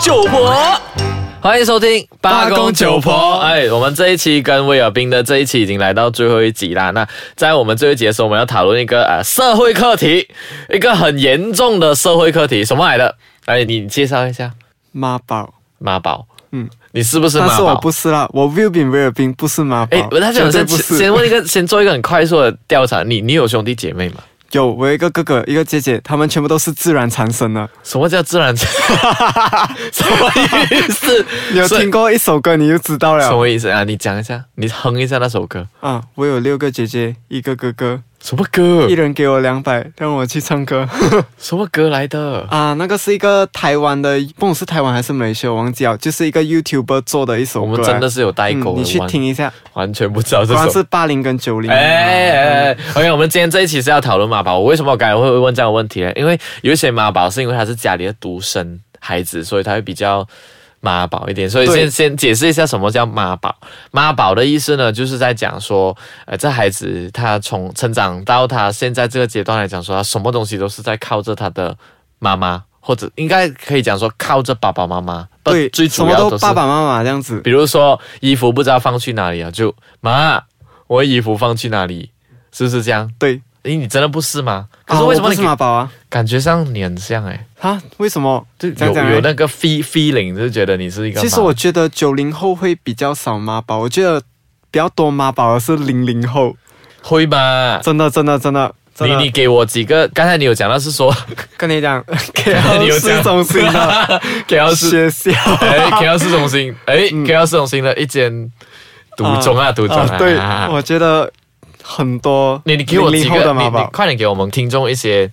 九婆。欢迎收听八公九婆哎，我们这一期跟威尔宾的这一期已经来到最后一集啦。那在我们最后一集的时候，我们要讨论一个呃社会课题，一个很严重的社会课题，什么来的？哎，你介绍一下妈宝，妈宝。嗯嗯，你是不是妈但宝？是我不是啦，我 Will 饼威尔宾不是妈宝哎，，我大家绝想先对不先是。问一个，先做一个很快速的调查。你你有兄弟姐妹吗？有我有一个哥哥，一个姐姐，他们全部都是自然产生的。什么叫自然 产？什么意思？ 你有所以听过一首歌，你就知道什了。么意思啊？你讲一下，你哼一下那首歌，啊，我有六个姐姐，一个哥哥，什么歌一？人给我两百，让我去唱歌。 什么歌来的？啊，那个是一个台湾的，不管是台湾还是马来西亚，我忘记了，就是一个 YouTuber 做的一首我歌。们啊真的是有代嗯沟的，你去完听一下，完全不知道这果然首是。八零跟九零。哎哎哎，OK，我们今天这一期是要讨论妈宝。我为什么我刚才会问这样的问题呢？因为有一些妈宝是因为他是家里的独生孩子，所以他会比较妈宝一点。所以对先先解释一下什么叫妈宝。妈宝的意思呢，就是在讲说，呃，这孩子他从成长到他现在这个阶段来讲说，他什么东西都是在靠着他的妈妈，或者应该可以讲说靠着爸爸妈妈。不对，最什主么要都都是爸爸妈妈这样子。比如说衣服不知道放去哪里了，就妈，我衣服放去哪里？是不是这样？对，诶，你真的不是吗？可啊，是为什我么不你是妈宝啊？感觉上你很像诶，啊，为什么？就讲讲有来有那个 feel feeling，就觉得你是一个妈。其实我觉得九零后会比较少妈宝，我觉得比较多妈宝的是零零后，会吧？真的真的真的啊真你的。你给我几个？刚才你有讲到是说 跟你讲你有，KL 讲市中心的 KL 市，学校， 哎，KL 市中 心，哎，KL 市中心的一间独中啊，独中嗯啊啊。对啊，我觉觉得很多你你给我几零零后个？的你妈你宝，快点给我们听众一些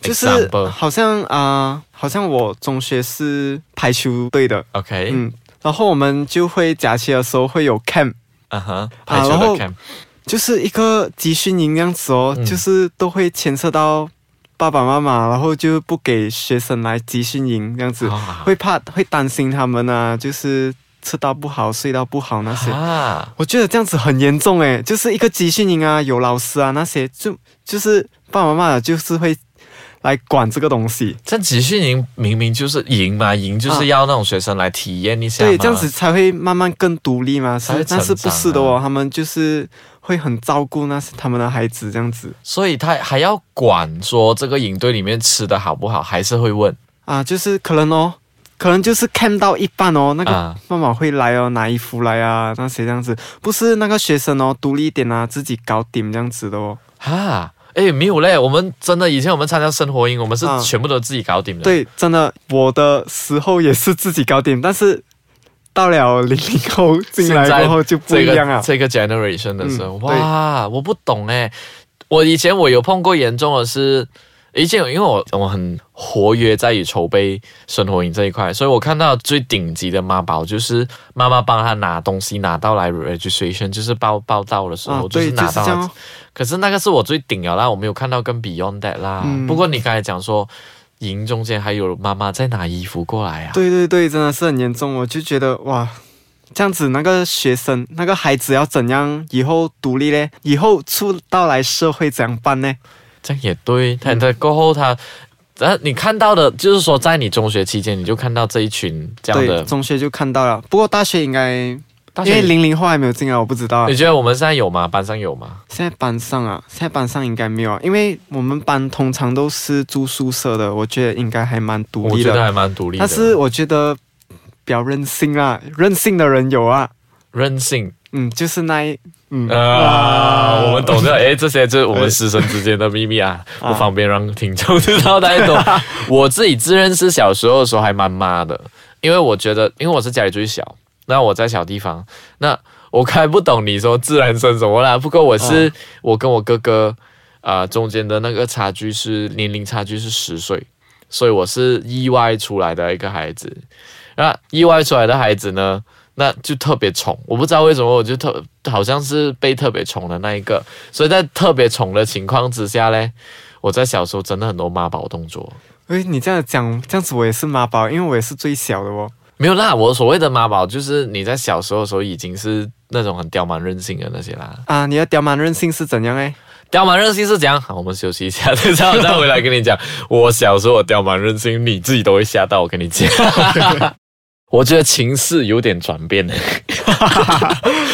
就是，example，OK，好像啊、好像我中学是排球队的，哎嗯，然后我们就会假期的时候会有 camp。啊哈，排球然的后 camp，就是一个集训营样子哦，嗯就是都会牵涉到爸爸妈妈，然后就不给学生来集训营这样子，啊会怕会担心他们啊，就是吃到不好、睡到不好那些。啊，我觉得这样子很严重诶，就是一个集训营啊，有老师啊那些，就就是爸爸妈妈就是会来管这个东西，这集训营明明就是赢嘛，赢就是要那种学生来体验一下嘛、对，这样子才会慢慢更独立嘛。是才会，但是不是的成长啊哦，他们就是会很照顾那些他们的孩子这样子。所以他还要管说这个营队里面吃的好不好，还是会问啊，就是可能哦，可能就是看到一半哦，那个啊妈妈会来哦，拿衣服来啊，那些这样子，不是那个学生哦，独立一点啊，自己搞定这样子的哦。啊，哎没有嘞，我们真的以前我们参加生活营，我们是啊全部都自己搞定的，，对，真的，我的时候也是自己搞定，但是到了零零后进来过后就不这一样个啊。这个 generation 的时候，嗯对哇，我不懂哎，我以前我有碰过严重的是。以前有因为我我很活跃在于筹备生活营这一块，所以我看到最顶级的妈宝就是妈妈帮他拿东西拿到来 registration，就是报报到的时啊候，，就对，是就拿是到这样了哦。可是那个是我最顶了啦，我没有看到跟 Beyond that 啦。嗯不过你刚才讲说，营中间还有妈妈在拿衣服过来啊，对对对，真的是很严重，哦我就觉得哇，这样子那个学生那个孩子要怎样以后独立嘞？以后出到来社会怎样办呢？这样也对。嗯他他过后他，然后你看到的，就是说在你中学期间，你就看到这一群这样对，的。中学就看到了，不过大学应该大因为学零零后还没有进来，我不知道啊你。觉得我们现在有吗？班上有吗？现在班上啊，现在班上应该没有啊，因为我们班通常都是住宿舍的，我觉得应该还蛮独我立觉得的。还蛮独立的，但是我觉得比较任性啊，任性的人有啊，任性嗯，就是那一嗯呃啊，我们懂得诶，这些就是我们师生之间的秘密啊，啊不方便让听众知道太 多。我自己自认是小时候的时候还蛮妈的，因为我觉得，因为我是家里最小，那我在小地方，那我看不懂你说自然生什么啦。不过我啊是、我跟我哥哥啊、呃中间的那个差距是年龄差距是十岁，所以我是意外出来的一个孩子。那意外出来的孩子呢，那就特别宠。我不知道为什么，我就特好像是被特别宠的那一个。所以在特别宠的情况之下嘞，我在小时候真的很多妈宝动作。哎，你这样讲，这样子我也是妈宝，因为我也是最小的哦。没有啦，我所谓的妈宝就是你在小时候的时候已经是那种很刁蛮任性的那些啦。啊，你的刁蛮任性是怎样哎？刁蛮任性是怎样？好，我们休息一下，等下我 再回来跟你讲。我小时候我刁蛮任性，你自己都会吓到。我跟你讲。我觉得情势有点转 变了。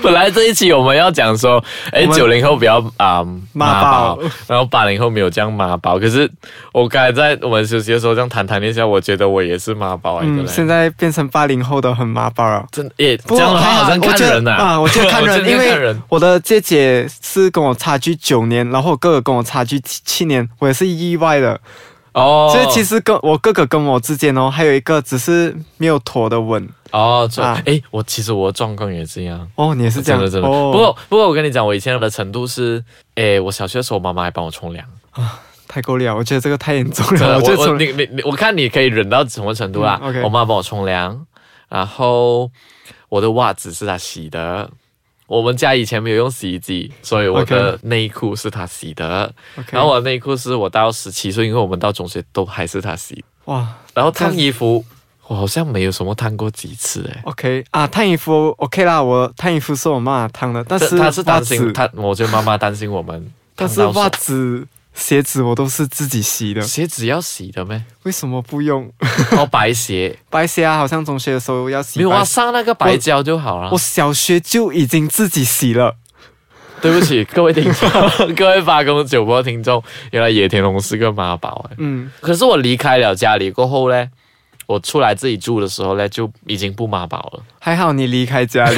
本来这一期我们要讲说，哎，我们九零后比较啊、妈宝然后八零后没有这样妈宝。可是我刚才在我们休息的时候这样谈谈一下，我觉得我也是妈宝哎来的嘞。嗯，现在变成八零后的很麻烦了。真也不这过样的话还好像我看觉得人呐、啊，我觉得 看我人，真的因看为人我的姐姐是跟我差距九年，然后我哥哥跟我差距七七年，我也是意外的。哦，所以其实跟我哥哥跟我之间哦，还有一个只是没有妥的吻。哦，这啊哎、我其实我的状况也这样。哦，你也是这真样的真的，哦，不过不过我跟你讲，我以前的程度是，诶，我小学的时候，我妈妈还帮我冲凉。太够力了， 我觉得这个太严重真了。的，觉得我我从你你你我看你可以忍到什么程度啦？嗯，OK 我妈帮我冲凉，然后我的袜子是她洗的。我们家以前没有用洗衣机，所以我的内裤是她洗的。 OK 然后我的内裤是我到十七岁，因为我们到中学都还是她洗。哇然后烫衣服，我好像没有什么烫过几次诶。 ，OK 啊，烫衣服 OK 啦，我烫衣服是我妈烫的，但但是她是袜担子心，她我觉得妈妈担心我们烫但到是手。袜子、鞋子我都是自己 洗的，鞋子要洗的咩？为什么不用？哦，白 鞋白鞋啊，好像中学的时候要洗。没有啊，白鞋上那个白胶就好了我。小学就已经自己洗了。对不起，各位听 众，各位八公九波听众，原来野田龙是个妈宝哎。嗯，可是我离开了家里过后呢，我出来自己住的时候呢，就已经不妈宝 了。还好你离 开家里。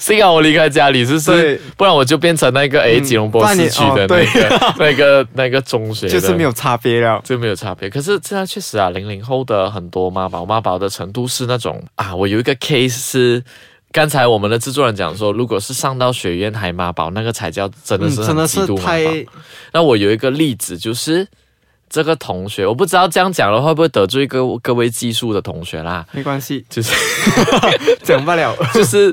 幸好我离开家里，是不对是？不然我就变成那个哎嗯吉隆坡市区的不那然你个、 那个那个中学的，就是没有差别了。这没有差别。可是现在确实啊，零零后的很多妈宝，妈宝的程度是那种啊，我有一个 case 是。刚才我们的制作人讲说，如果是上到学院还妈宝，那个才叫真的嗯，是真很的极是度妈宝。太那我有一个例子，就是这个同学，我不知道这样讲了会不会得罪各各位技术的同学啦，没关系， 就是讲 不了。就是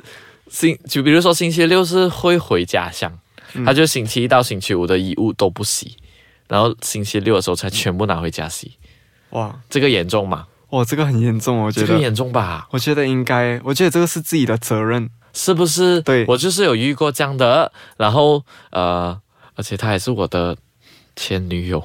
星，就比如说星期六是会回家乡，嗯他就星期一到星期五的衣物都不洗，然后星期六的时候才全部拿回家洗，哇，这个严重吗？哇，这个很严重，我觉这个得。严重吧？我觉得应该，我觉得这个是自己的责任。是不是？对我就是有遇过这样的，然后呃，而且她还是我的前女 友。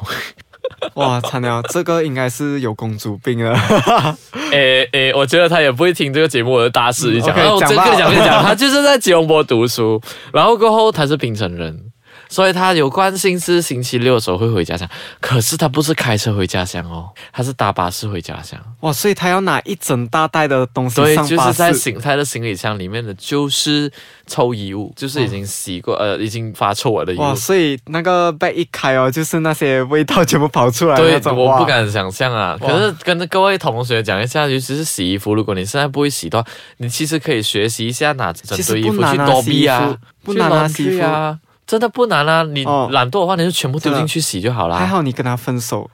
哇，惨了， 这个应该是有公主病 了。诶诶，我觉得她也不会听这个节目，我就大肆一讲。嗯，OK，哦，这讲吧个讲跟 讲，她就是在吉隆坡读书，然后过后她是槟城人。所以她有关心是星期六的时候会回家乡，可是她不是开车回家乡哦，她是搭巴士回家乡。哇，所以她要拿一整大袋的东西对，啊上就巴是在士。行他的行李箱里面的就是臭衣物，就是已经洗过、呃已经发臭了的衣物哦哇，。所以那个 bag 一开哦，就是那些味道全部跑出来对那，种。我哇不敢想象啊。哇可是跟各位同学讲一下，尤其是洗衣服，如果你现在不会洗的话，你其实可以学习一下拿整其实堆衣不服难去啊躲避啊，洗衣服不难啊去 laundry 啊。真的不难啊，你哦懒惰的话，你就全部丢进去洗就好还啦。好你跟他分手，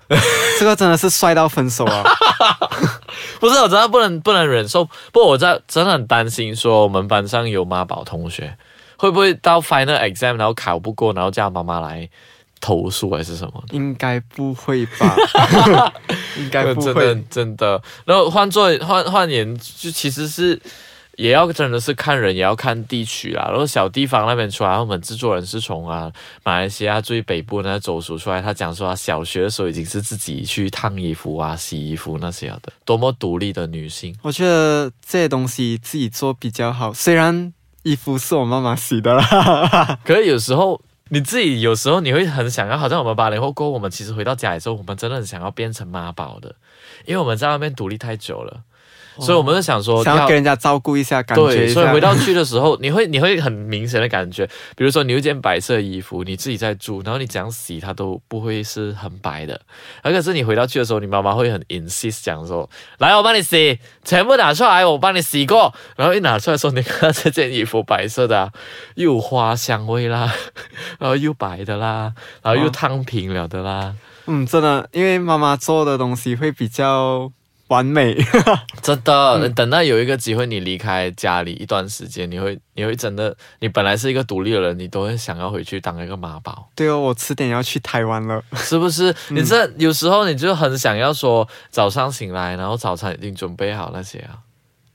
这个真的是帅到分手啊！不是，我真的不能不能忍受。不，我在真的很担心，说我们班上有妈宝同学，会不会到 final exam 然后考不过，然后叫妈妈来投诉还是什么？应该不会 吧？应该不真的会。真的。然后换做换换言之，就其实是也要真的是看人，也要看地区啦。然后小地方那边出来，我们制作人是从啊马来西亚最北部那州属出来，他讲说他小学的时候已经是自己去烫衣服啊、洗衣服那些了的，多么独立的女性。我觉得这些东西自己做比较好，虽然衣服是我妈妈洗的啦。啊可是有时候。你自己有时候你会很想要，好像我们八零后过后，我们其实回到家里之后，我们真的很想要变成妈宝的，因为我们在外面独立太久了，所以我们就想说想要给人家照顾一下，感觉对，一所以下回。到去的时候，你会你会很明显的感觉， 比如说你有一件白色衣服，你自己在住，然后你怎样洗它都不会是很白的。而可是你回到去的时候，你妈妈会很 insist 讲说，来我帮你洗，全部拿出来，我帮你洗过。然后一拿出来的时候，你看到这件衣服白色的、啊，又有花香味啦，然后又白的啦，然后又哦烫平了的啦，嗯，真的，因为妈妈做的东西会比较完美。 真的，等到有一个机会你离开家里一段时间，你会你会真的，你本来是一个独立的人，你都会想要回去当一个妈宝， 对哦，我迟点要去台湾了。是不是？你这有时候你就很想要说早上醒来，然后早餐已经准备好那些啊。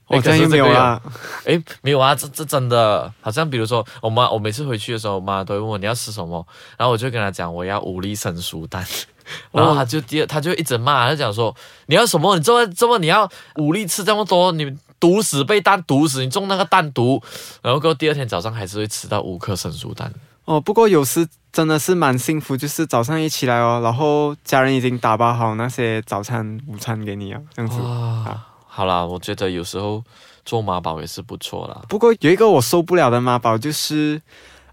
诶我可这样是就没这个有啦。诶，没有啊，这这真的，好像比如说我妈，我每次回去的时候，我妈都会问我你要吃什么，然后我就跟她讲我要五粒生熟 蛋，然后她就第二，她就一直骂，她就讲说你要什么，你这么这么你要五粒吃这么多，你毒死被蛋毒死，你中那个蛋毒，然后过后第二天早上还是会吃到五颗生熟蛋，哦，不过有时真的是蛮幸福，就是早上一起来哦，然后家人已经打包好那些早餐、午餐给你啊，这样子。啊，好啦，我觉得有时候做妈宝也是不错啦，不过有一个我受不了的妈宝就是，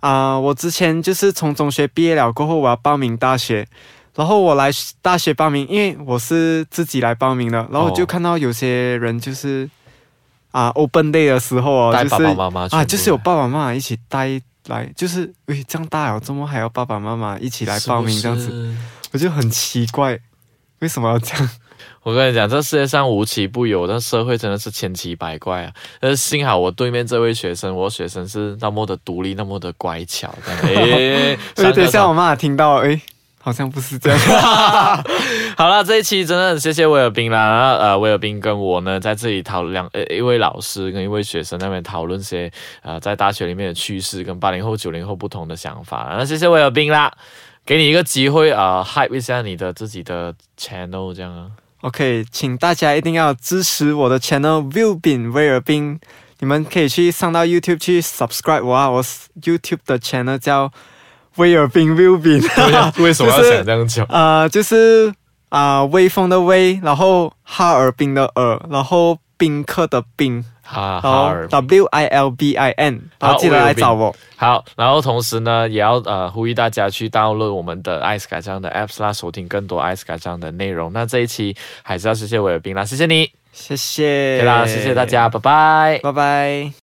啊、我之前就是从中学毕业了过后，我要报名大学，然后我来大学报名，因为我是自己来报名的，然后我哦就看到有些人就是啊、open day 的时候哦，带就爸是爸妈妈啊，全部就是有来爸爸妈妈一起带来，就是喂，这样大了，怎么还要爸爸妈妈一起来是报不名这样子？是我就很奇怪，为什么要这样？我跟你讲，这世界上无奇不有，这社会真的是千奇百怪啊。但是幸好我对面这位学生，我学生是那么的独立，那么的乖巧。这样诶，哎，等一下上课我妈妈听到，哎，好像不是这样。好了，这一期真的很谢谢威尔宾啦。那呃，威尔宾跟我呢，在这里讨论两呃一位老师跟一位学生那边讨论些呃在大学里面的趣事，跟八零后、九零后不同的想法啦。那谢谢威尔宾啦，给你一个机会啊、呃、，hype 一下你的自己的 channel 这样啊。 OK，请大家一定要支持我的 channel View 饼威尔宾，你们可以去上到 YouTube 去 subscribe 我啊，我 s- YouTube 的 channel 叫威尔宾 View 饼， 为什么要想这样讲？啊，就是啊、威风的威，然后哈尔滨的尔，然后宾客的宾，哈然啊哈后尔 W I L B I N，然后记得来找我。好，然后同时呢，也要呃呼吁大家去 download 我们的 Ice 卡酱的 apps 啦，收听更多 Ice 卡酱的内容。那这一期还是要谢谢韦尔宾啦，谢谢你，谢谢，哎对啦，谢谢大家，拜拜。拜拜。